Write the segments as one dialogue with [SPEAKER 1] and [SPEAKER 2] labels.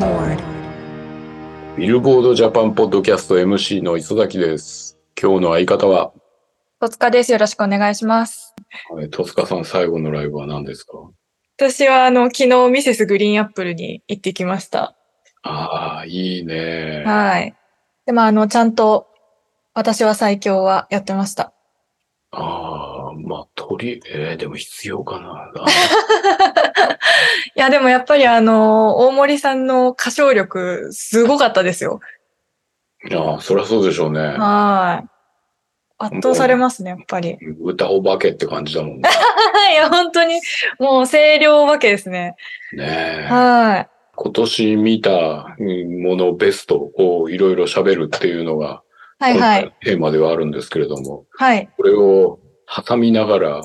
[SPEAKER 1] Lord.
[SPEAKER 2] ビルボードジャパンポッドキャスト MC の磯崎です。今日の相方は、
[SPEAKER 3] 戸塚です。よろしくお願いします。
[SPEAKER 2] え戸塚さん最後のライブは何ですか
[SPEAKER 3] 私は、あの、昨日、ミセスグリーンアップルに行ってきました。
[SPEAKER 2] ああ、いいね。
[SPEAKER 3] はい。で、まあ、あの、ちゃんと、私は最強はやってました。
[SPEAKER 2] ああ、まあ、鳥、えーでも必要かな。
[SPEAKER 3] いや、でもやっぱり、あの、大森さんの歌唱力、すごかったですよ。
[SPEAKER 2] ああ、そりゃそうでしょうね。
[SPEAKER 3] はい。圧倒されますね、やっぱり。
[SPEAKER 2] 歌お化けって感じだも んね。
[SPEAKER 3] はい、いや、本当に、もう、声量わけですね。
[SPEAKER 2] ねえ。
[SPEAKER 3] は
[SPEAKER 2] 今年見たうんものベストをいろいろ喋るっていうのが、
[SPEAKER 3] い。はい、はい。
[SPEAKER 2] テーマではあるんですけれども、
[SPEAKER 3] はい。
[SPEAKER 2] これを挟みながら、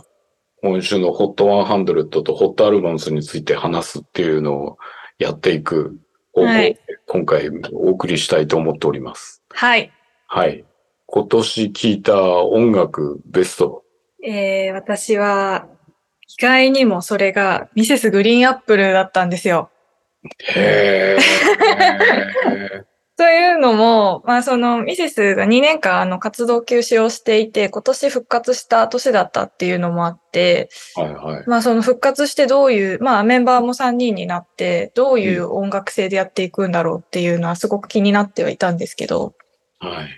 [SPEAKER 2] 今週の HOT100 と HOT アルバムスについて話すっていうのをやっていく方向で、
[SPEAKER 3] はい
[SPEAKER 2] 今回お送りしたいと思っております。
[SPEAKER 3] はい。
[SPEAKER 2] はい。今年聴いた音楽ベスト。
[SPEAKER 3] えー、私は、意外にもそれが、ミセスグリーンアップルだったんですよ。
[SPEAKER 2] へー。
[SPEAKER 3] というのも、まあそのミセスが2年間あの活動休止をしていて、今年復活した年だったっていうのもあって、
[SPEAKER 2] はいはい。
[SPEAKER 3] まあその復活してどういう、まあメンバーも3人になって、どういう音楽性でやっていくんだろうっていうのはすごく気になってはいたんですけど、
[SPEAKER 2] はい。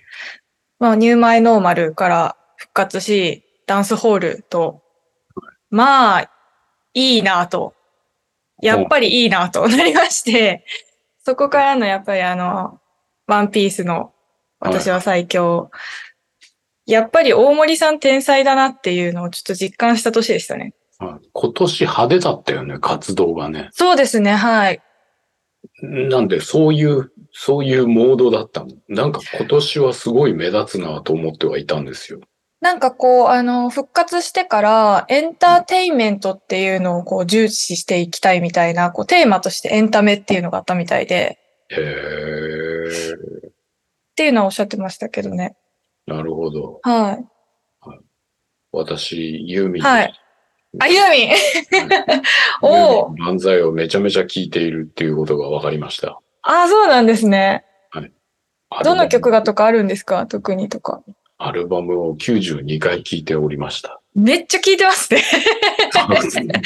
[SPEAKER 3] まあニューマイノーマルから復活し、ダンスホールと、まあいいなと、やっぱりいいなと なりまして、そこからのやっぱりあの、ワンピースの私は最強。やっぱり大森さん天才だなっていうのをちょっと実感した年でしたね。
[SPEAKER 2] はい今年派手だったよね、活動がね。
[SPEAKER 3] そうですね、はい。
[SPEAKER 2] なんで、そういう、そういうモードだったの。なんか今年はすごい目立つなと思ってはいたんですよ。
[SPEAKER 3] なんかこう、あの、復活してからエンターテインメントっていうのをこう重視していきたいみたいな、こうテーマとしてエンタメっていうのがあったみたいで、
[SPEAKER 2] へえ、
[SPEAKER 3] っていうのはおっしゃってましたけどね。
[SPEAKER 2] なるほど。
[SPEAKER 3] はい。
[SPEAKER 2] 私、ユーミン、
[SPEAKER 3] はい。あ、ゆうみ
[SPEAKER 2] ユ
[SPEAKER 3] ん
[SPEAKER 2] ー
[SPEAKER 3] お
[SPEAKER 2] ミ
[SPEAKER 3] う
[SPEAKER 2] ンの漫才をめちゃめちゃ聞いているっていうことが分かりました。
[SPEAKER 3] あ、そうなんですね。どの曲
[SPEAKER 2] が
[SPEAKER 3] がとかあるんですか特にとか。
[SPEAKER 2] アルバムを92回聞いておりま した。
[SPEAKER 3] めっちゃ聞いてますね。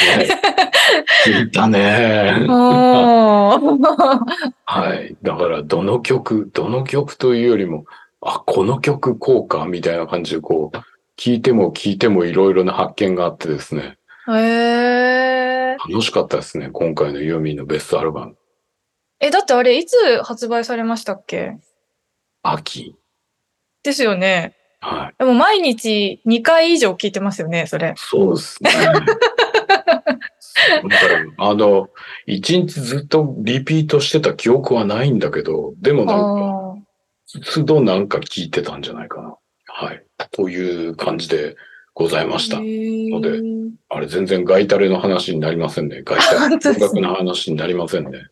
[SPEAKER 2] 聞いたね。
[SPEAKER 3] おー。
[SPEAKER 2] はい。だから、どの曲、どの曲というよりも、あ、この曲こうか、みたいな感じで、こう、聞いても聞いてもいろいろな発見があってですね、
[SPEAKER 3] へえ。
[SPEAKER 2] 楽しかったですね、今回のユーミンのベストアルバム、
[SPEAKER 3] え、だってあれ、いつ発売されましたっけ
[SPEAKER 2] 秋。
[SPEAKER 3] ですよね。
[SPEAKER 2] はい。
[SPEAKER 3] でも毎日2回以上聞いてますよね、それ。
[SPEAKER 2] そうです ね。だから、あの、一日ずっとリピートしてた記憶はないんだけ都ど、でも
[SPEAKER 3] あ
[SPEAKER 2] なんか、
[SPEAKER 3] あー。
[SPEAKER 2] 都度なんか聞いてたんじゃないかな。はい。という感じでございました
[SPEAKER 3] へ。
[SPEAKER 2] ので
[SPEAKER 3] ー
[SPEAKER 2] あれ、全然ガイタレの話になりませんね。ガイタレ。
[SPEAKER 3] 本当
[SPEAKER 2] 音
[SPEAKER 3] で
[SPEAKER 2] 楽
[SPEAKER 3] すね。
[SPEAKER 2] の話になりません ね。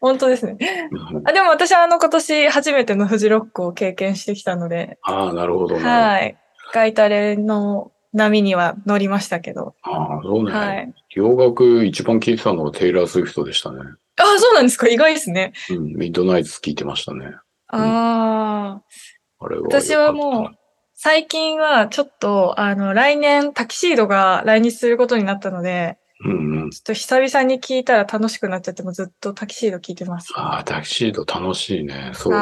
[SPEAKER 3] 本当ですね。
[SPEAKER 2] うん
[SPEAKER 3] あ、でも私はあの今年初めてのフジロックを経験してきたので、
[SPEAKER 2] ああ、なるほどな。
[SPEAKER 3] はい。ガイタレの波には乗りましたけど。
[SPEAKER 2] ああ、そうね。
[SPEAKER 3] はい。
[SPEAKER 2] 洋楽一番聴いてたのはテイラー・スウィフトでしたね。
[SPEAKER 3] ああ、そうなんですか意外ですね。
[SPEAKER 2] うん、ミッドナイツ聴いてましたね。
[SPEAKER 3] ああ。
[SPEAKER 2] あれは。
[SPEAKER 3] 私はもう、最近はちょっと、あの、来年タキシードが来日することになったので、
[SPEAKER 2] う。うんうん。
[SPEAKER 3] ちょっと久々に聞いたら楽しくなっちゃって、もうずっとタキシード聞いてます。
[SPEAKER 2] ああ、タキシード楽しいね。そうだ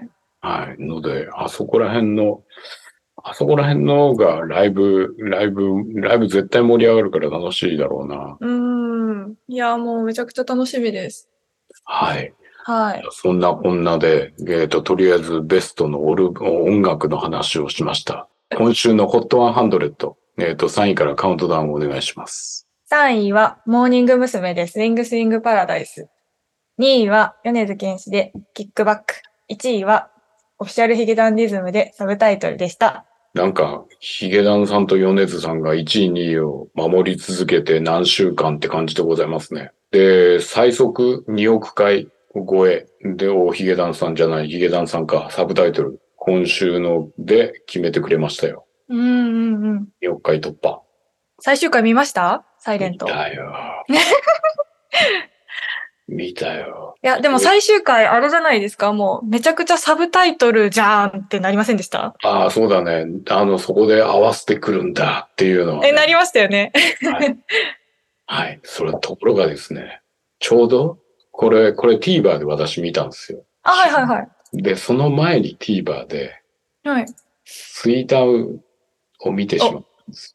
[SPEAKER 2] ね。
[SPEAKER 3] はい。
[SPEAKER 2] はい。ので、あそこら辺の、あそこら辺のがライブ、ライブ、ライブ絶対盛り上がるから楽しいだろうな。
[SPEAKER 3] うーん。いや、もうめちゃくちゃ楽しみです。
[SPEAKER 2] はい。
[SPEAKER 3] はい。
[SPEAKER 2] そんなこんなで、えっ、と、とりあえずベストのオル音楽の話をしました。今週の HOT100、えっ、と、3位からカウントダウンお願いします。
[SPEAKER 3] 3位は、モーニング娘。で、スイングスイングパラダイス。2位は、米津玄師で、キックバック。1位は、オフィシャルヒゲダンディズムで、サブタイトルでした。
[SPEAKER 2] なんか、ヒゲダンさんと米津さんが1位、2位を守り続けて何週間って感じでございますね。で、最速2億回超えで、お、ヒゲダンさんじゃない、ヒゲダンさんか、サブタイトル、今週ので決めてくれましたよ。
[SPEAKER 3] うんうんうん。
[SPEAKER 2] 2億回突破。
[SPEAKER 3] 最終回見ましたサイレント。
[SPEAKER 2] だよ。 見たよ。
[SPEAKER 3] いや、でも最終回あれじゃないですかもうめちゃくちゃサブタイトルじゃーんってなりませんでした
[SPEAKER 2] ああ、そうだね。あの、そこで合わせてくるんだっていうのは、ね。
[SPEAKER 3] え、なりましたよね。
[SPEAKER 2] はい。はい。それ、ところがですね、ちょうど、これ、これ TVer で私見たんですよ。
[SPEAKER 3] あ、はいはいはい。
[SPEAKER 2] で、その前に TVer で、
[SPEAKER 3] はい。
[SPEAKER 2] スイータウンを見てしまったんです。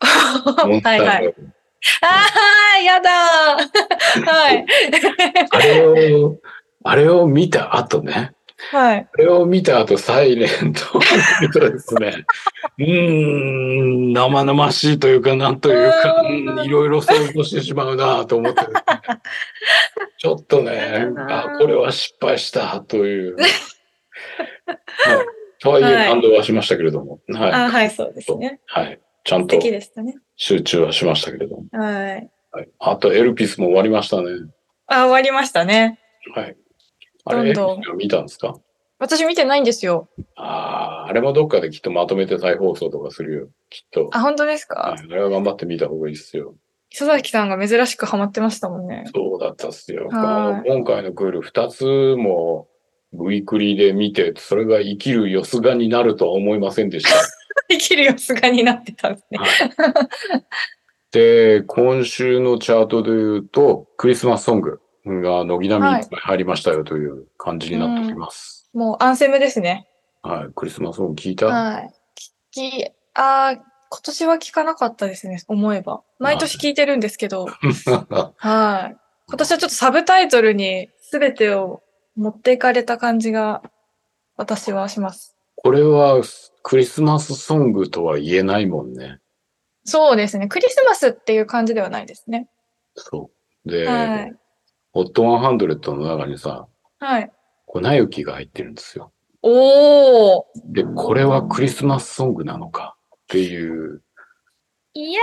[SPEAKER 2] モンスター
[SPEAKER 3] はいは
[SPEAKER 2] ラ
[SPEAKER 3] い。
[SPEAKER 2] ブ
[SPEAKER 3] あー、やだ ーはい。
[SPEAKER 2] あれを、あれを見た後ね。
[SPEAKER 3] はい。
[SPEAKER 2] あれを見た後、サイレントを見るとですね、うーん、生々しいというか、なんというか、うんいろいろ想像してしまうなと思ってですね、ちょっとね、あ、これは失敗したという。はいとはい
[SPEAKER 3] は
[SPEAKER 2] え、
[SPEAKER 3] い
[SPEAKER 2] 感動はしましたけれども、はい。
[SPEAKER 3] あはい、そうですね。
[SPEAKER 2] はい。ちゃんと
[SPEAKER 3] 素敵でしたね。
[SPEAKER 2] 集中はしましたけれども。
[SPEAKER 3] はい。
[SPEAKER 2] はい、あと、エルピスも終わりましたね。
[SPEAKER 3] あ、終わりましたね。
[SPEAKER 2] はい。あれ、エ
[SPEAKER 3] ど
[SPEAKER 2] ル
[SPEAKER 3] ん
[SPEAKER 2] ピス
[SPEAKER 3] どん
[SPEAKER 2] は見たんですか
[SPEAKER 3] 私見てないんですよ。
[SPEAKER 2] ああ、あれもどっかできっとまとめて再放送とかするよ。きっと。
[SPEAKER 3] あ、本当です
[SPEAKER 2] は
[SPEAKER 3] か
[SPEAKER 2] いあれは頑張ってみた方がいいっすよ。
[SPEAKER 3] 磯崎さんが珍しくハマってましたもんね。
[SPEAKER 2] そうだったっすよ。あ
[SPEAKER 3] は
[SPEAKER 2] の今回のクール2つも、ブイクリで見て、それが生きるよすがになるとは思いません でした。
[SPEAKER 3] 生きるよすがになってたんですね。
[SPEAKER 2] で、今週のチャートで言うと、クリスマスソングが軒並みいっぱい入りましたよという感じになっております。
[SPEAKER 3] もうアンセムですね。
[SPEAKER 2] はい、クリスマスソング聞いた、
[SPEAKER 3] はい。聞き、あー今年は聞かなかったですね、思えば。毎年聞いてるんですけど、はい。今年はちょっとサブタイトルに全てを持っていかれた感じが、私はします。
[SPEAKER 2] これはクリスマスソングとは言えないもんね。
[SPEAKER 3] そうですね。クリスマスっていう感じではないですね。
[SPEAKER 2] そう。で、
[SPEAKER 3] はい。
[SPEAKER 2] ホット100の中にさ、
[SPEAKER 3] はい。
[SPEAKER 2] 粉雪が入ってるんですよ。
[SPEAKER 3] おー。
[SPEAKER 2] で、これはクリスマスソングなのかっていう、
[SPEAKER 3] いや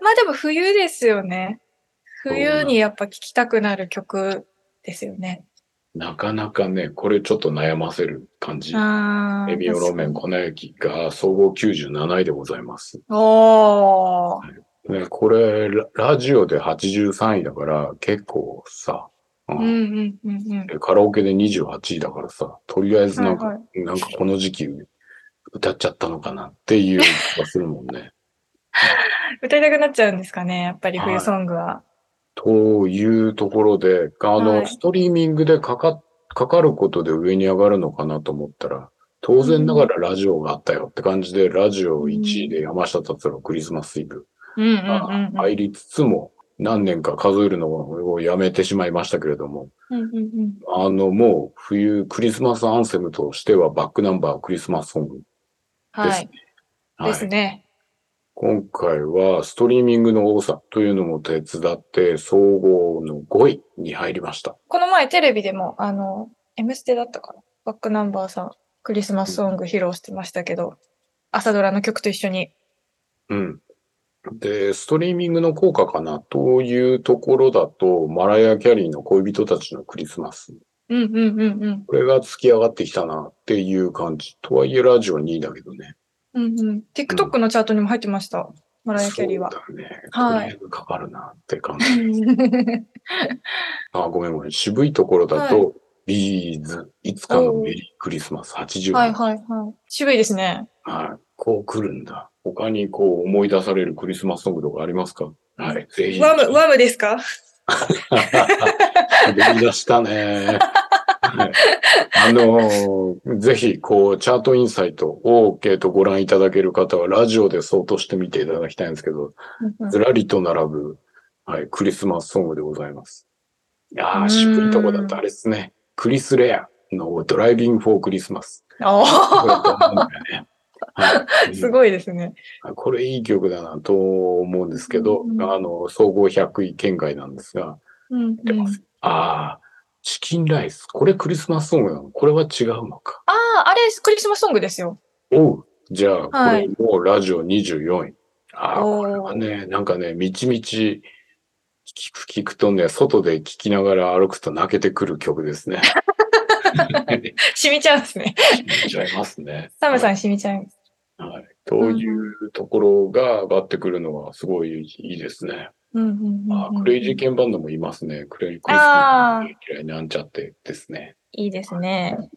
[SPEAKER 3] ー、まあでも冬ですよね。冬にやっぱ聴きたくなる曲ですよね。
[SPEAKER 2] なかなかね、これちょっと悩ませる感じ。
[SPEAKER 3] あー。
[SPEAKER 2] エビオロメン粉雪が総合97位でございます。
[SPEAKER 3] おー。
[SPEAKER 2] ね、これラ、ラジオで83位だから、結構さ、う
[SPEAKER 3] うん
[SPEAKER 2] ん
[SPEAKER 3] うんうんうん。
[SPEAKER 2] カラオケで28位だからさ、とりあえずなんか、
[SPEAKER 3] はいは
[SPEAKER 2] なんかこの時期歌っちゃったのかなっていう気がするもんね。
[SPEAKER 3] 歌いたくなっちゃうんですかね、やっぱり
[SPEAKER 2] は
[SPEAKER 3] 冬
[SPEAKER 2] い
[SPEAKER 3] ソングは。
[SPEAKER 2] というところで、あの、
[SPEAKER 3] はい
[SPEAKER 2] ストリーミングでかか、かかることで上に上がるのかなと思ったら、当然ながらラジオがあったよって感じで、ラジオ1位で山下達郎クリスマスイブ
[SPEAKER 3] うんうん
[SPEAKER 2] が
[SPEAKER 3] うんうん。
[SPEAKER 2] 入りつつも、何年か数えるのをやめてしまいましたけれども、
[SPEAKER 3] うんうんうん
[SPEAKER 2] あの、もう冬クリスマスアンセムとしてはバックナンバークリスマスソング。
[SPEAKER 3] は
[SPEAKER 2] です
[SPEAKER 3] い。ですね。
[SPEAKER 2] 今回はストリーミングの多さというのも手伝って、総合の5位に入りました。
[SPEAKER 3] この前テレビでも、あの、M ステだったかな。バックナンバーさん、クリスマスソング披露してましたけど、朝ドラの曲と一緒に。
[SPEAKER 2] うん。で、ストリーミングの効果かなというところだと、マライア・キャリーの恋人たちのクリスマス。
[SPEAKER 3] うんうんうんうん。
[SPEAKER 2] これが突き上がってきたなっていう感じ。とはいえ、ラジオ2位だけどね。
[SPEAKER 3] うんうん。TikTok のチャートにも入ってました。マライア・キャリーは。
[SPEAKER 2] そうだね。
[SPEAKER 3] は
[SPEAKER 2] と
[SPEAKER 3] い
[SPEAKER 2] りあえずかかるなって感じ。
[SPEAKER 3] う
[SPEAKER 2] あ、ごめんごめん。渋いところだと、ビーズ、いつかのメリークリスマス80
[SPEAKER 3] ん はいはいはい。渋いですね。
[SPEAKER 2] はい。こう来るんだ。他にこう思い出されるクリスマスソングとかありますかはい。ぜひ。
[SPEAKER 3] ワム、ワムですか
[SPEAKER 2] 思い出したね。はいあのーぜひ、こう、チャートインサイトを、えーと、ご覧いただける方は、ラジオで相当してみていただきたいんですけど、ずらりと並ぶ、はい、クリスマスソングでございます。いや
[SPEAKER 3] うー
[SPEAKER 2] ー、
[SPEAKER 3] ん
[SPEAKER 2] 渋いとこだった、あれですね。クリス・レアのドライビング・フォー・クリスマ ス。これ
[SPEAKER 3] あ
[SPEAKER 2] と思うんだよねはい
[SPEAKER 3] あ、すごいですね。
[SPEAKER 2] これいい曲だなと思うんですけど、
[SPEAKER 3] うん
[SPEAKER 2] あの、総合100位圏外なんですが、
[SPEAKER 3] うん
[SPEAKER 2] 出
[SPEAKER 3] うん、
[SPEAKER 2] ま
[SPEAKER 3] あ
[SPEAKER 2] すああ、チキンライス。これクリスマスソングなのこれは違うのか。
[SPEAKER 3] あー、あれ、クリスマスソングですよ。
[SPEAKER 2] おう。じゃあ、こ
[SPEAKER 3] は
[SPEAKER 2] れ
[SPEAKER 3] い
[SPEAKER 2] もうラジオ24位。ああ、
[SPEAKER 3] お
[SPEAKER 2] こ
[SPEAKER 3] ー
[SPEAKER 2] れはね、なんかね、みちみち聞く聞くとね、外で聞きながら歩くと泣けてくる曲です ね。
[SPEAKER 3] 染みちゃうんですね。
[SPEAKER 2] 聞いちゃいますね。
[SPEAKER 3] サムさん染みちゃうんです。
[SPEAKER 2] はい。というところが上がってくるのはすごいいいですね。
[SPEAKER 3] うんうんうん
[SPEAKER 2] あ
[SPEAKER 3] うん
[SPEAKER 2] クレイジーケンバンドもいますね。クレイジーケンバ
[SPEAKER 3] あー
[SPEAKER 2] ンド嫌いなんちゃってですね。
[SPEAKER 3] いいですね。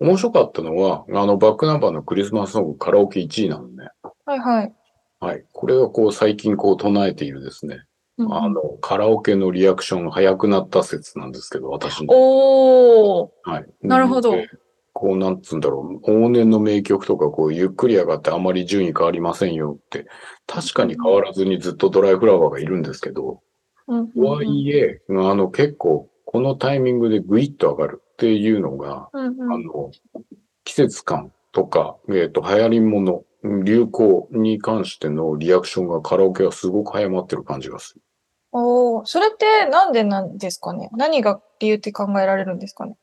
[SPEAKER 2] 面白かったのは、あの、バックナンバーのクリスマスソングカラオケ1位なのね。
[SPEAKER 3] はいはい。
[SPEAKER 2] はい。これはこう最近こう唱えているですね。
[SPEAKER 3] うんうん
[SPEAKER 2] あの、カラオケのリアクションが早くなった説なんですけど、私の。
[SPEAKER 3] おー。
[SPEAKER 2] はい。
[SPEAKER 3] なるほど
[SPEAKER 2] でこう、なんつうんだろう。往年の名曲とか、こう、ゆっくり上がってあまり順位変わりませんよって。確かに変わらずにずっとドライフラワーがいるんですけど、
[SPEAKER 3] うんうん
[SPEAKER 2] とはいえ、あの、結構、このタイミングでグイッと上がるっていうのが、
[SPEAKER 3] うん
[SPEAKER 2] あ
[SPEAKER 3] うん
[SPEAKER 2] の、季節感とか、えっ、と、流行りもの、流行に関してのリアクションがカラオケはすごく早まってる感じがする。
[SPEAKER 3] おーそれってなんでなんですかね何が理由って考えられるんですかね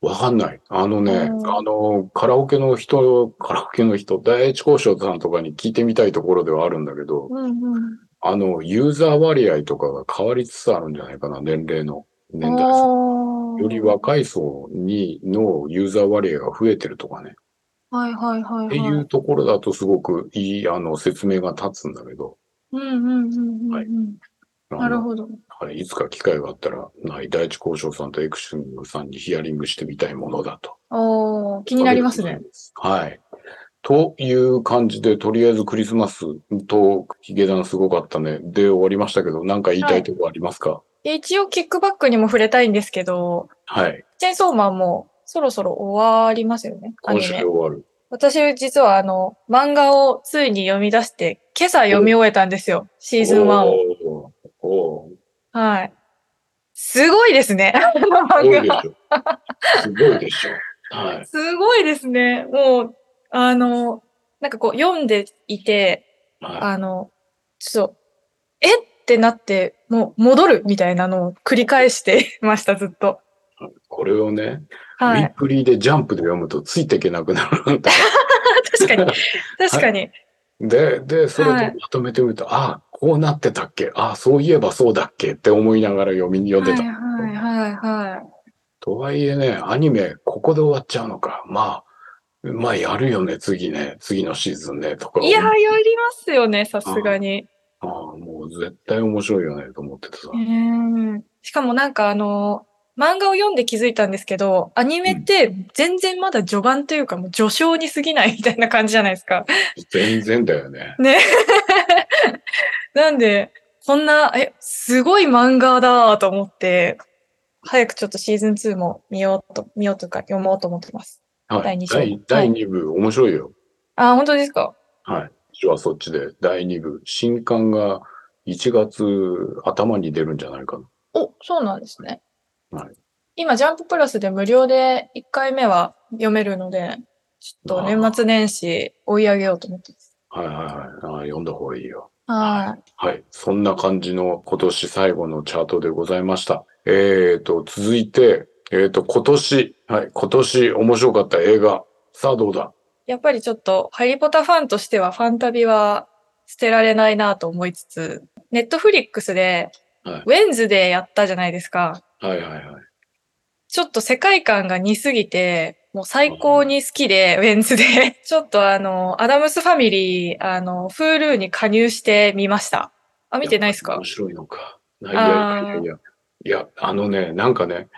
[SPEAKER 2] わかんない。あのね、
[SPEAKER 3] うん
[SPEAKER 2] あの、カラオケの人、カラオケの人、第一交渉さんとかに聞いてみたいところではあるんだけど、
[SPEAKER 3] うんうん。
[SPEAKER 2] あの、ユーザー割合とかが変わりつつあるんじゃないかな、年齢の、年代層。
[SPEAKER 3] おー
[SPEAKER 2] より若い層にのユーザー割合が増えてるとかね。
[SPEAKER 3] はいはいはい、はい。
[SPEAKER 2] っていうところだとすごくいい、あの、説明が立つんだけど。
[SPEAKER 3] うんうんうんうん、
[SPEAKER 2] は
[SPEAKER 3] う
[SPEAKER 2] い
[SPEAKER 3] ん。
[SPEAKER 2] あの
[SPEAKER 3] なるほど。
[SPEAKER 2] はい。いつか機会があったら、はい、第一交渉さんとエクシングさんにヒアリングしてみたいものだと。
[SPEAKER 3] おー気になりますね。。
[SPEAKER 2] はい。という感じで、とりあえずクリスマスとヒゲダンすごかったね。で終わりましたけど、なんか言いたいとこありますか
[SPEAKER 3] 一応キックバックにも触れたいんですけど、
[SPEAKER 2] はい。
[SPEAKER 3] チェーンソーマンもそろそろ終わりますよね。ア
[SPEAKER 2] 今
[SPEAKER 3] ニ
[SPEAKER 2] 週で
[SPEAKER 3] メ。
[SPEAKER 2] 終わる。
[SPEAKER 3] 私実はあの、漫画をついに読み出して、今朝読み終えたんですよ。シーズン1を。
[SPEAKER 2] を。おー
[SPEAKER 3] はい。すごいで すね。あの
[SPEAKER 2] すごい
[SPEAKER 3] 漫
[SPEAKER 2] でしょ。
[SPEAKER 3] 画。
[SPEAKER 2] すごいでしょ。はい。
[SPEAKER 3] すごいですね。もう、あの、なんかこう読んでいて、
[SPEAKER 2] は
[SPEAKER 3] あの、ちょっと、えってなって、もう戻るみたいなのを繰り返してました、ずっと。
[SPEAKER 2] い。これをね、
[SPEAKER 3] は
[SPEAKER 2] ウィ
[SPEAKER 3] い
[SPEAKER 2] ー。クリーでジャンプで読むとついていけなくなるんだ。
[SPEAKER 3] 確 かに。確かに。
[SPEAKER 2] で、で、それ
[SPEAKER 3] は
[SPEAKER 2] で
[SPEAKER 3] い
[SPEAKER 2] まとめてみると、ああ、こうなってたっけああ、そういえばそうだっけって思いながら読み、読ん
[SPEAKER 3] は
[SPEAKER 2] で
[SPEAKER 3] い
[SPEAKER 2] た。
[SPEAKER 3] はいはいはい。
[SPEAKER 2] とはいえね、アニメ、ここで終わっちゃうのか。まあ、まあ、やるよね、次ね、次のシーズンね、とか。
[SPEAKER 3] いやー、やりますよね、さすがに。
[SPEAKER 2] ああもう絶対面白いよね、と思っててさ。
[SPEAKER 3] うんしかもなんかあの、漫画を読んで気づいたんですけど、アニメって全然まだ序盤というか、もう序章に過ぎないみたいな感じじゃないですか。
[SPEAKER 2] 全然だよね。
[SPEAKER 3] ね。なんで、こんな、え、すごい漫画だと思って、早くちょっとシーズン2も見ようと、見ようというか読もうと思ってます。
[SPEAKER 2] はい。
[SPEAKER 3] 第二章
[SPEAKER 2] 第第二部、面白いよ。
[SPEAKER 3] あ、本当ですか
[SPEAKER 2] はい。私はそっちで、第2部。新刊が1月頭に出るんじゃないかな。
[SPEAKER 3] お、そうなんですね。
[SPEAKER 2] はい
[SPEAKER 3] 今、ジャンププラスで無料で1回目は読めるので、ちょっと年末年始追い上げようと思ってます。
[SPEAKER 2] はいはいはい。ああ読んだ方がいいよ。
[SPEAKER 3] はい。
[SPEAKER 2] はい。そんな感じの今年最後のチャートでございました。えーと、続いて、えーと、今年、はい、今年面白かった映画。さあどうだ
[SPEAKER 3] やっぱりちょっと、ハリポタファンとしては、ファンタビは捨てられないなと思いつつ、ネットフリックスで、
[SPEAKER 2] はい
[SPEAKER 3] ウェンズデーやったじゃないですか。
[SPEAKER 2] はいはいはい。
[SPEAKER 3] ちょっと世界観が似すぎて、もう最高に好きで、 ウェンズデー。ちょっとあの、アダムスファミリー、あの、フールーに加入してみました。あ、見てないです
[SPEAKER 2] やっぱり面
[SPEAKER 3] か
[SPEAKER 2] 白いのか。いやい
[SPEAKER 3] あー
[SPEAKER 2] やいやいや。いや、あのね、なんかね、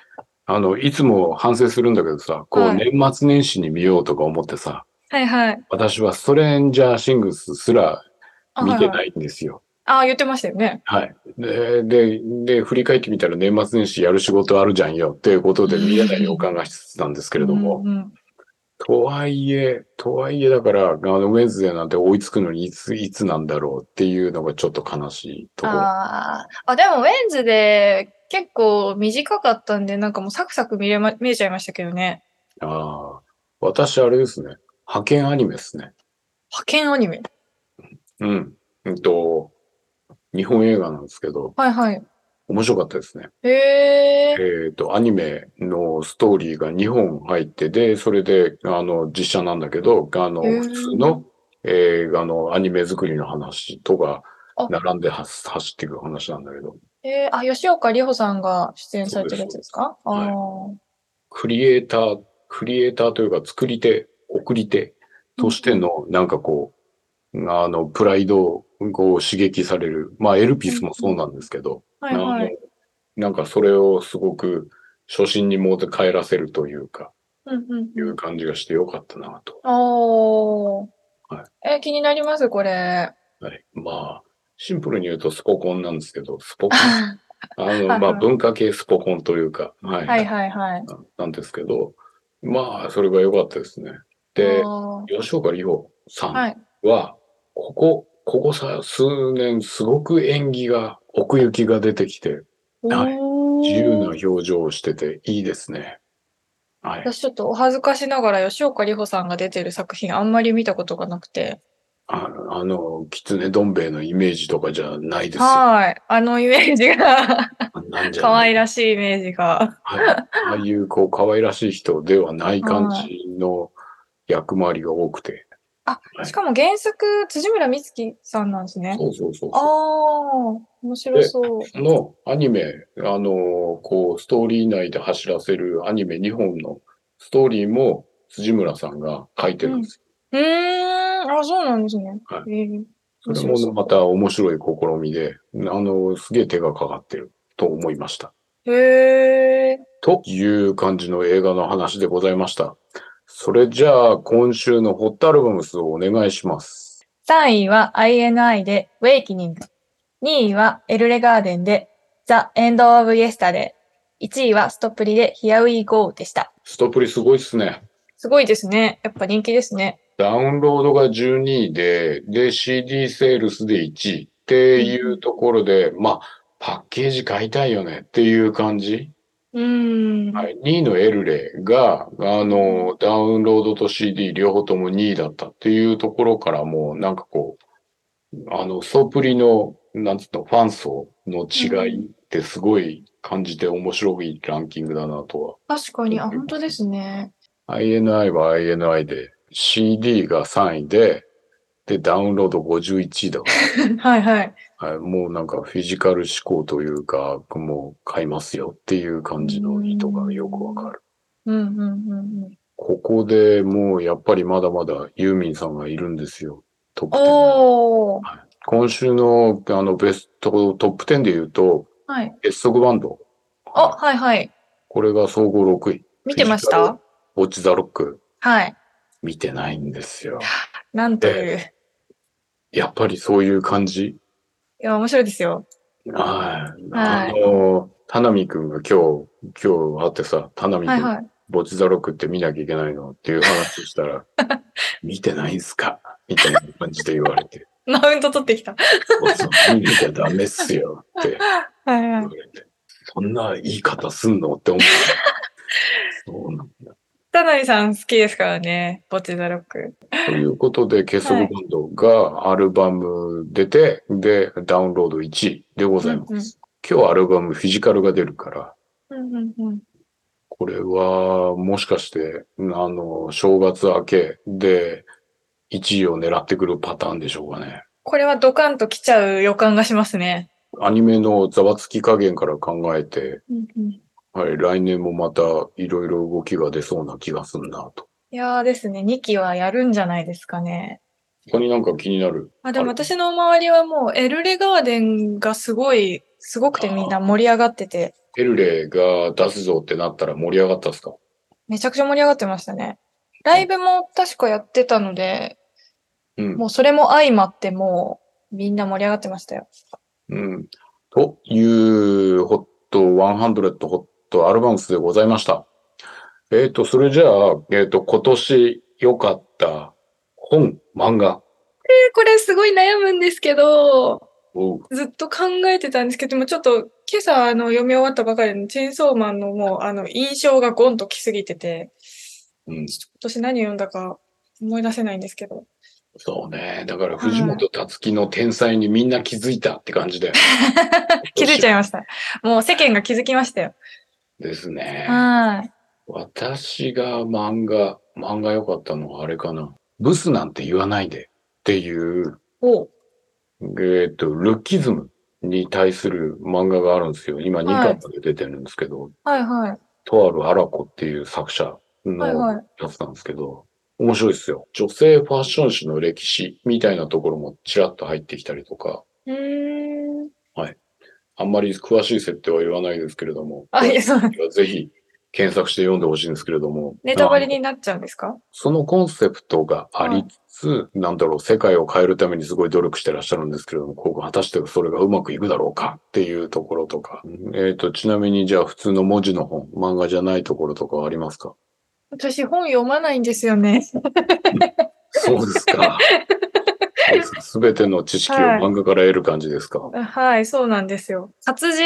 [SPEAKER 2] あの、いつも反省するんだけどさ、こう、
[SPEAKER 3] は
[SPEAKER 2] 年末年始に見ようとか思ってさ、
[SPEAKER 3] はいはい。
[SPEAKER 2] 私はストレンジャーシングスすら
[SPEAKER 3] あ
[SPEAKER 2] 見て
[SPEAKER 3] はいはい
[SPEAKER 2] ないんですよ。
[SPEAKER 3] あ、言ってましたよね。
[SPEAKER 2] はい。で、で、で、振り返ってみたら年末年始やる仕事あるじゃんよっていうことで見れない予感がしつつなんですけれども、
[SPEAKER 3] うんうん
[SPEAKER 2] とはいえ、とはいえだから、あの、ウェンズデーなんて追いつくのにいつ、いつなんだろうっていうのがちょっと悲しいところ。
[SPEAKER 3] あーあ、でもウェンズで結構短かったんで、なんかもうサクサク見れま、見えちゃいましたけどね。
[SPEAKER 2] ああ、私あれですね。派遣アニメですね。
[SPEAKER 3] 派遣アニメ。
[SPEAKER 2] うん。うんと、日本映画なんですけど、
[SPEAKER 3] はいはい。
[SPEAKER 2] 面白かったですね。
[SPEAKER 3] へえ。
[SPEAKER 2] えっ、と、アニメのストーリーが2本入ってで、それで、あの、実写なんだけど、あの、
[SPEAKER 3] へー
[SPEAKER 2] 普通の映画のアニメ作りの話とか
[SPEAKER 3] あ、
[SPEAKER 2] 並んではす走っていく話なんだけど、
[SPEAKER 3] えー、あ、吉岡里帆さんが出演されてるやつですかあ
[SPEAKER 2] そうです
[SPEAKER 3] あ
[SPEAKER 2] クリエイター、クリエイターというか作り手、送り手としての、なんかこあの、プライドをこう刺激される。まあ、エルピスもそうなんですけど、
[SPEAKER 3] はいはい。
[SPEAKER 2] あのなんかそれをすごく初心にも帰らせるというか、
[SPEAKER 3] うんうん
[SPEAKER 2] いう感じがしてよかったなと。
[SPEAKER 3] おー。
[SPEAKER 2] は
[SPEAKER 3] え、気になります、これ。
[SPEAKER 2] はい。まあ、シンプルに言うとスポコンなんですけど、スポコン。
[SPEAKER 3] は
[SPEAKER 2] あの、まあ、文化系スポコンというか、はい
[SPEAKER 3] はいは
[SPEAKER 2] な
[SPEAKER 3] い。
[SPEAKER 2] なんですけど、まあ、それが良かったですね。で
[SPEAKER 3] あ、ー
[SPEAKER 2] 吉岡里帆さん
[SPEAKER 3] は。、
[SPEAKER 2] はいここ、ここさ、数年、すごく演技が、奥行きが出てきて、はい
[SPEAKER 3] おー
[SPEAKER 2] 自由な表情をしてて、いいですね。はい。
[SPEAKER 3] 私ちょっとお恥ずかしながら吉岡里帆さんが出てる作品あんまり見たことがなくて。
[SPEAKER 2] あの、あの狐どん兵衛のイメージとかじゃないですよ。
[SPEAKER 3] はい。あのイメージ が、
[SPEAKER 2] なんじゃ
[SPEAKER 3] 可
[SPEAKER 2] ない
[SPEAKER 3] 愛らしいイメージが。
[SPEAKER 2] はい、ああいう、こう、可愛らしい人ではない感じの役回りが多くて。
[SPEAKER 3] あ
[SPEAKER 2] はい
[SPEAKER 3] しかも原作、辻村美月さんなんですね。
[SPEAKER 2] そうそうそう
[SPEAKER 3] あ
[SPEAKER 2] そ
[SPEAKER 3] あ、面白そう。
[SPEAKER 2] う。のアニメ、あの、こう、ストーリー内で走らせるアニメ2本のストーリーも辻村さんが書いてるんです。
[SPEAKER 3] うーん、あ、そうなんですね。
[SPEAKER 2] は
[SPEAKER 3] えー面
[SPEAKER 2] それ
[SPEAKER 3] 白そ
[SPEAKER 2] も
[SPEAKER 3] う
[SPEAKER 2] また面白い試みで、あの、すげえ手がかかってると思いました。
[SPEAKER 3] へえ。
[SPEAKER 2] という感じの映画の話でございました。それじゃあ、今週のホットアルバムスをお願いします。
[SPEAKER 3] 3位は INI で Wakening。2位はエルレガーデンで The End of Yesterday。1位はストプリで Here We Go でした。
[SPEAKER 2] ストプリすごいっすね。
[SPEAKER 3] すごいですね。やっぱ人気ですね。
[SPEAKER 2] ダウンロードが12位で、で、CD セールスで1位っていうところで、まあ、パッケージ買いたいよねっていう感じ。
[SPEAKER 3] うーん。
[SPEAKER 2] はい、2位のエルレが、あの、ダウンロードと CD 両方とも2位だったっていうところからもう、なんかこう、あの、ストプリの、なんつうの、ファン層の違いってすごい感じて面白いランキングだなとは
[SPEAKER 3] 確かに、あ、本当ですね。
[SPEAKER 2] INI は INI で、CD が3位で、で、ダウンロード51位だか
[SPEAKER 3] はいはい。
[SPEAKER 2] ら、はい、もうなんかフィジカル思考というか、もう買いますよっていう感じの意図がよくわかる。
[SPEAKER 3] うんうんうんうん。
[SPEAKER 2] ここでもうやっぱりまだまだユーミンさんがいるんですよ。トップ10。
[SPEAKER 3] おー。
[SPEAKER 2] 今週のあのベスト、トップ10で言うと、
[SPEAKER 3] はい。
[SPEAKER 2] 結束バンド。
[SPEAKER 3] あ、はいはい。
[SPEAKER 2] これが総合6位。
[SPEAKER 3] 見てま
[SPEAKER 2] フ
[SPEAKER 3] し
[SPEAKER 2] ィジ
[SPEAKER 3] た
[SPEAKER 2] ウォッチザロック。
[SPEAKER 3] はい。
[SPEAKER 2] 見てないんですよ。
[SPEAKER 3] なんという。い
[SPEAKER 2] やっぱりそういう感じ。
[SPEAKER 3] や、面白いですよ。
[SPEAKER 2] はい。
[SPEAKER 3] は
[SPEAKER 2] あ
[SPEAKER 3] い
[SPEAKER 2] の、田波くんが今日、今日会ってさ、田波く
[SPEAKER 3] はい
[SPEAKER 2] ん、
[SPEAKER 3] はい。
[SPEAKER 2] ぼちざろくって見なきゃいけないのっていう話した ら、見てないんすかみたいな感じで言われて、
[SPEAKER 3] マウント取ってきた。
[SPEAKER 2] そうそう見なきゃダメっすよって
[SPEAKER 3] はいは
[SPEAKER 2] 言
[SPEAKER 3] い
[SPEAKER 2] わ。れて、そんな言い方すんの って思った。そうなんだ。
[SPEAKER 3] 田波さん好きですからね。ボチザロック。
[SPEAKER 2] ということで、結束バンドがアルバム出て、で、ダウンロード1位でございます。
[SPEAKER 3] うんうん
[SPEAKER 2] 今日アルバムフィジカルが出るから、
[SPEAKER 3] うんうんうん。
[SPEAKER 2] これは、もしかして、あの、正月明けで、1位を狙ってくるパターンでしょうかね。
[SPEAKER 3] これはドカンと来ちゃう予感がしますね。
[SPEAKER 2] アニメのざわつき加減から考えて、
[SPEAKER 3] うんうん、い
[SPEAKER 2] はい、来年もまたいろいろ動きが出そうな気がするなと。
[SPEAKER 3] やーですね、2期はやるんじゃないですかね。
[SPEAKER 2] 他になんか気になる。
[SPEAKER 3] あでも
[SPEAKER 2] あれ
[SPEAKER 3] 私の周りはもうエルレガーデンがすごい、すごくてみんな盛り上がってて、
[SPEAKER 2] エルレが出すぞってなったら盛り上がったっすか
[SPEAKER 3] めちゃくちゃ盛り上がってましたね。ライブも確かやってたので、
[SPEAKER 2] うん。
[SPEAKER 3] もうそれも相まってもうみんな盛り上がってましたよ。
[SPEAKER 2] うん。という、ホット100ホットアルバムスでございました。えっ、と、それじゃあ、えっ、と、今年良かった本、漫画
[SPEAKER 3] えーこれすごい悩むんですけど、
[SPEAKER 2] を
[SPEAKER 3] ずっと考えてたんですけど、でもちょっと今朝あの読み終わったばかりのチェーンソーマンのもうあの印象がゴンと来すぎてて、
[SPEAKER 2] うん、
[SPEAKER 3] ちょっと今年何読んだか思い出せないんですけど。
[SPEAKER 2] そうね。だから、藤本達樹の天才にみんな気づいたって感じだよ。
[SPEAKER 3] 気づいちゃ
[SPEAKER 2] い
[SPEAKER 3] いました。もう世間が気づきましたよ。
[SPEAKER 2] ですね。
[SPEAKER 3] はい。
[SPEAKER 2] 私が漫画、漫画良かったのはあれかな。ブスなんて言わないでっていう、
[SPEAKER 3] お
[SPEAKER 2] えっ、と、ルッキズムに対する漫画があるんですよ。今2
[SPEAKER 3] はい
[SPEAKER 2] 巻まで出てるんですけど、
[SPEAKER 3] はいはい。
[SPEAKER 2] とあるアラコっていう作者
[SPEAKER 3] はいは
[SPEAKER 2] の
[SPEAKER 3] い。
[SPEAKER 2] やつなんですけど、面白いですよ。女性ファッション誌の歴史みたいなところもちらっと入ってきたりとか、
[SPEAKER 3] うーん。
[SPEAKER 2] あんまり詳しい設定は言わないですけれども、
[SPEAKER 3] あ、いや、そう。
[SPEAKER 2] ぜひ検索して読んでほしいんですけれども、
[SPEAKER 3] ネタバレ
[SPEAKER 2] あの
[SPEAKER 3] になっちゃうんですか
[SPEAKER 2] そのコンセプトがありつつ、なんだろう、世界を変えるためにすごい努力してらっしゃるんですけれども、こう果たしてそれがうまくいくだろうかっていうところとか、えっ、と、ちなみにじゃあ普通の文字の本、漫画じゃないところとかはありますか
[SPEAKER 3] 私本読まないんですよね。
[SPEAKER 2] そうです か。すべての知識を漫画から得る感じですか、
[SPEAKER 3] はい、そうなんですよ。活字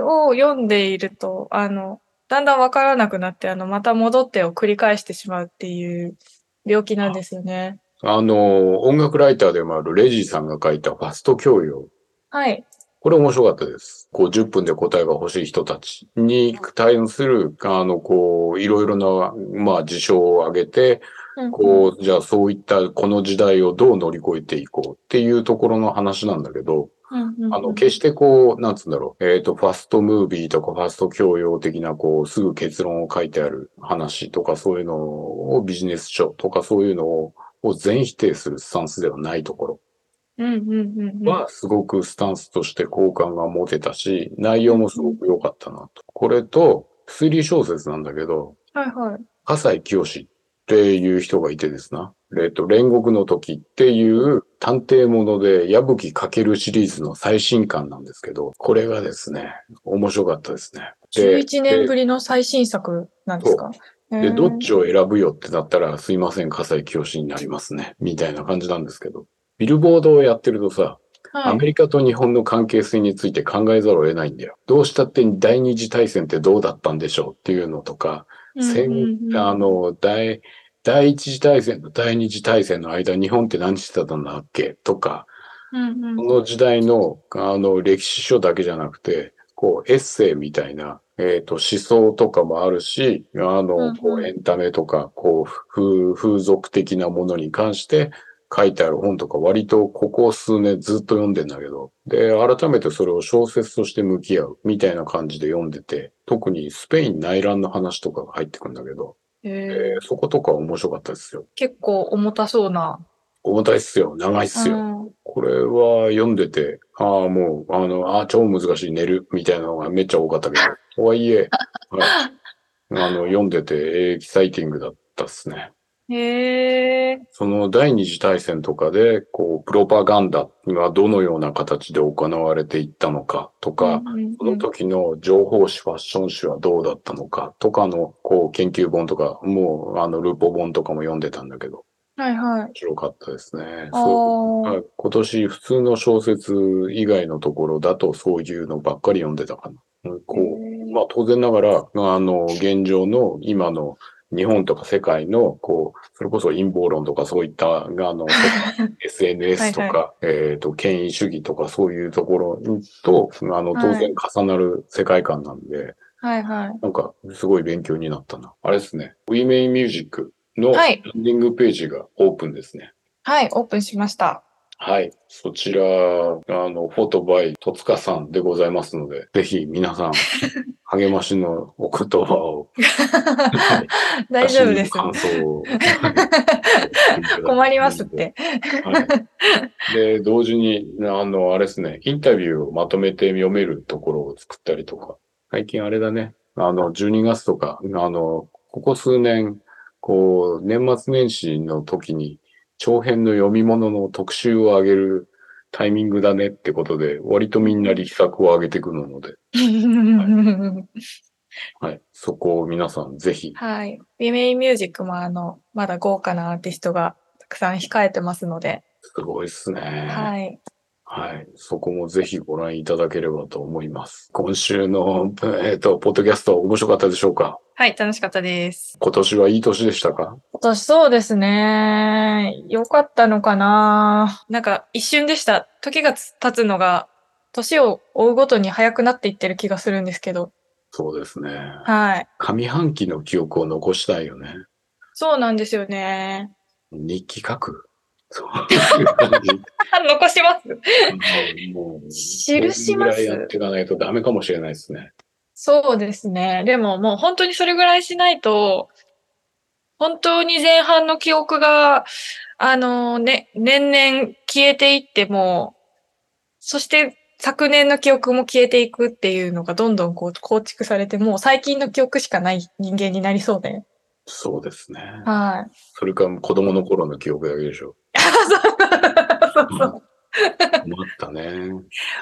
[SPEAKER 3] を読んでいると、あの、だんだんわからなくなって、あの、また戻ってを繰り返してしまうっていう病気なんですよね。
[SPEAKER 2] あの、音楽ライターでもあるレジーさんが書いたファスト教養。
[SPEAKER 3] はい。
[SPEAKER 2] これ面白かったです。こう、10分で答えが欲しい人たちに対する、あの、こう、いろいろな、まあ、事象を挙げて、
[SPEAKER 3] うん
[SPEAKER 2] こう、じゃあそういったこの時代をどう乗り越えていこうっていうところの話なんだけど、
[SPEAKER 3] うんうんうん
[SPEAKER 2] あの、決してこう、なんつうんだろう、えっ、と、ファストムービーとか、ファスト教養的な、こう、すぐ結論を書いてある話とか、そういうのをビジネス書とか、そういうのを、を全否定するスタンスではないとこ
[SPEAKER 3] うんうんうんうん
[SPEAKER 2] ろは、すごくスタンスとして好感が持てたし、内容もすごく良かったなと。これと、推理小説なんだけど、
[SPEAKER 3] はいはい。
[SPEAKER 2] 笠井清っていう人がいてですな。えっと、煉獄の時っていう探偵もので、矢吹かけるシリーズの最新刊なんですけど、これがですね、面白かったですね。で
[SPEAKER 3] 11年ぶりの最新作なんですか
[SPEAKER 2] で、
[SPEAKER 3] へー
[SPEAKER 2] どっちを選ぶよってなったら、すいません、笠井清になりますね。みたいな感じなんですけど。ビルボードをやってるとさ、
[SPEAKER 3] は
[SPEAKER 2] ア
[SPEAKER 3] い
[SPEAKER 2] メリカと日本の関係性について考えざるを得ないんだよ。どうしたって第二次大戦ってどうだったんでしょうっていうのとか、戦
[SPEAKER 3] うんうんうん
[SPEAKER 2] あの、第、第一次大戦と第二次大戦の間、日本って何してたんだっけとか、
[SPEAKER 3] うんうん
[SPEAKER 2] この時代の、あの、歴史書だけじゃなくて、こう、エッセイみたいな、えっ、と、思想とかもあるし、あ
[SPEAKER 3] うんう
[SPEAKER 2] の、
[SPEAKER 3] ん
[SPEAKER 2] こう、エンタメとか、こう、風、風俗的なものに関して書いてある本とか、割とここ数年ずっと読んでんだけど、で、改めてそれを小説として向き合うみたいな感じで読んでて、特にスペイン内乱の話とかが入ってくるんだけど、
[SPEAKER 3] へー
[SPEAKER 2] えーそことか面白かったですよ。
[SPEAKER 3] 結構重たそうな。
[SPEAKER 2] 重たいっすよ。長いっすよ。
[SPEAKER 3] うん
[SPEAKER 2] これは読んでて、ああ、もう、あの、ああ、超難しい、寝る、みたいなのがめっちゃ多かった けど。とはいえ、はい、あの、読んでて、エキサイティングだったっすね。
[SPEAKER 3] へえ。
[SPEAKER 2] その第二次大戦とかで、こう、プロパガンダがどのような形で行われていったのかとか、
[SPEAKER 3] うんうんうん
[SPEAKER 2] その時の情報誌、ファッション誌はどうだったのかとかの、こう、研究本とか、もう、あの、ルポ本とかも読んでたんだけど、
[SPEAKER 3] はいはい
[SPEAKER 2] 面。白かったですね。
[SPEAKER 3] あ
[SPEAKER 2] そう
[SPEAKER 3] ー
[SPEAKER 2] あ今年普通の小説以外のところだとそういうのばっかり読んでたかな。うんこう、まあ当然ながら、あの、現状の今の日本とか世界の、こう、それこそ陰謀論とかそういった、あの、SNS とか、えっと、権威主義とかそういうところと、あの、当然重なる世界観なんで、
[SPEAKER 3] はいはい。
[SPEAKER 2] なんか、すごい勉強になったな。あれですね。ウィメインミュージックのラ
[SPEAKER 3] はい
[SPEAKER 2] ンディングページがオープンですね。
[SPEAKER 3] はい、オープンしました。
[SPEAKER 2] はい。そちら、あの、フォトバイ、戸塚さんでございますので、ぜひ皆 さん、励ましのお言葉を。はい
[SPEAKER 3] 大丈夫です。
[SPEAKER 2] 私の感想 を。
[SPEAKER 3] 困りますっ。て。
[SPEAKER 2] はい。で、同時に、あの、あれですね、インタビューをまとめて読めるところを作ったりとか、最近あれだね、あの、12月とか、あの、ここ数年、こう、年末年始の時に、長編の読み物の特集を上げるタイミングだねってことで、割とみんな力作を上げてくるので、はい。そこを皆さんぜひ、
[SPEAKER 3] はい。ビメイミュージックもあの、まだ豪華なアーティストがたくさん控えてますので、
[SPEAKER 2] すごいっすね。
[SPEAKER 3] はい。
[SPEAKER 2] はい。そこもぜひご覧いただければと思います。今週の、えっ、と、ポッドキャスト面白かったでしょうか
[SPEAKER 3] はい、楽しかったです。
[SPEAKER 2] 今年はいい年でしたか
[SPEAKER 3] 今年そうですね。良かったのかななんか一瞬でした。時が経つのが、年を追うごとに早くなっていってる気がするんですけど。
[SPEAKER 2] そうですね。
[SPEAKER 3] はい。
[SPEAKER 2] 上半期の記憶を残したいよね。
[SPEAKER 3] そうなんですよね。
[SPEAKER 2] 日記書く。 そういう感じ。
[SPEAKER 3] 残します。
[SPEAKER 2] もう、
[SPEAKER 3] 記します
[SPEAKER 2] それぐらいやっていかないとダメかもしれないですね。
[SPEAKER 3] そうですね。でももう本当にそれぐらいしないと、本当に前半の記憶が、あのね、年々消えていっても、そして昨年の記憶も消えていくっていうのがどんどんこう構築されて、もう最近の記憶しかない人間になりそうで。
[SPEAKER 2] そうですね。
[SPEAKER 3] はい。
[SPEAKER 2] それから子供の頃の記憶だけでしょ。
[SPEAKER 3] そう
[SPEAKER 2] うん
[SPEAKER 3] そ
[SPEAKER 2] 困ったね。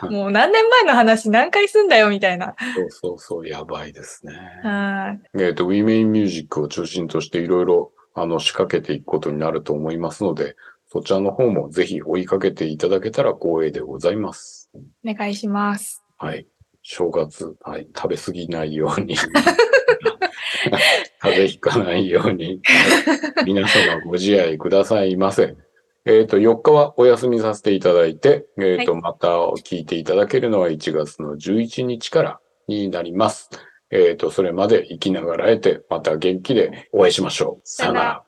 [SPEAKER 3] う。もう何年前の話何回すんだよみたいな。
[SPEAKER 2] そうそうそう、やばいですね。
[SPEAKER 3] はい。
[SPEAKER 2] えっ、と、ウィメインミュージックを中心としていろいろ、あの、仕掛けていくことになると思いますので、そちらの方もぜひ追いかけていただけたら光栄でございます。
[SPEAKER 3] お願いします。
[SPEAKER 2] はい。正月、はい。食べ過ぎないよう に。風邪ひかないように。はい皆様ご自愛くださいませ。えっ、と、4日はお休みさせていただいて、えっ、と、また聞いていただけるのは1月の11日からになります。えっ、と、それまで生きながらえて、また元気でお会いしましょう。さよなら。